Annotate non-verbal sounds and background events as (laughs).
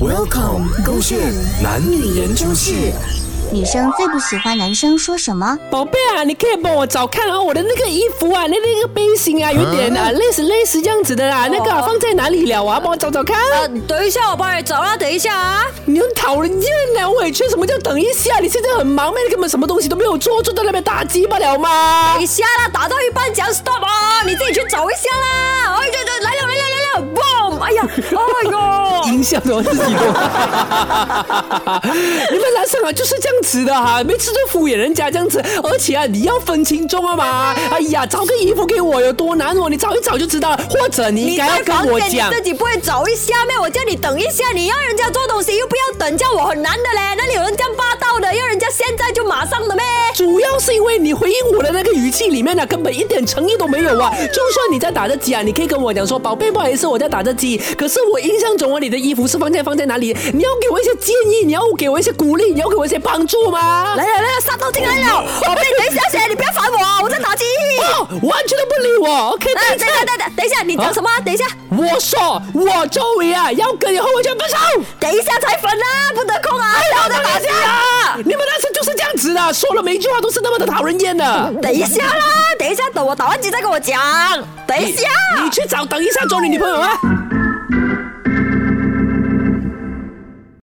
Welcome，勾线男女研究室。女生最不喜欢男生说什么？宝贝啊，你可以帮我找看啊，我的那个衣服啊，那那个背心啊，有点啊类似类似这样子的啊，那个啊放在哪里了啊？帮我找找看。呃，等一下，我帮你找啦，等一下啊。你很讨人厌呢、我也缺什么叫等一下？你现在很忙咩？你根本什么东西都没有做，坐在那边打鸡巴了吗 (laughs) 等？一下啦，打到一半讲 stop 啊，你自己去找一下啦。哎，这这来了来了来了，boom！哎呀，哎呦，音效都自己都，你们男生啊就是这样子的哈、每次都敷衍人家这样子，而且啊你要分轻重啊嘛，哎呀找个衣服给我有多难哦，你找一找就知道了，或者你应该要在房跟我间你讲自。己不会找一下咩？我叫你等一下，你要人家做东西又不要等，叫我很难的嘞。那里有人这样霸道的，要人家现在就马上的咩？主要是因为你回应我的那个语气里面呢、根本一点诚意都没有啊！就算你在打着鸡啊，你可以跟我讲说，宝贝，不好意思，我在打着鸡。可是我印象中啊，你的衣服是放在放在哪里？你要给我一些建议，你要给我一些鼓励，你要给我一些帮助吗？来了来了，杀到进来了，宝贝，等一下先，你不要烦我啊，我在打鸡。哦，完全都不理我。OK，哎，等等一下，等一下，等一下，你啊讲什么啊？等一下，我说我周围啊，要跟你后完全分手。等一下才粉啊，不得空啊，然后再打架。你们男生就是这样子的，说了每一句话都是那么的讨人厌的。等一下啦，等一下，等我打完机再跟我讲。等一下，你去找等一下做你女朋友啊。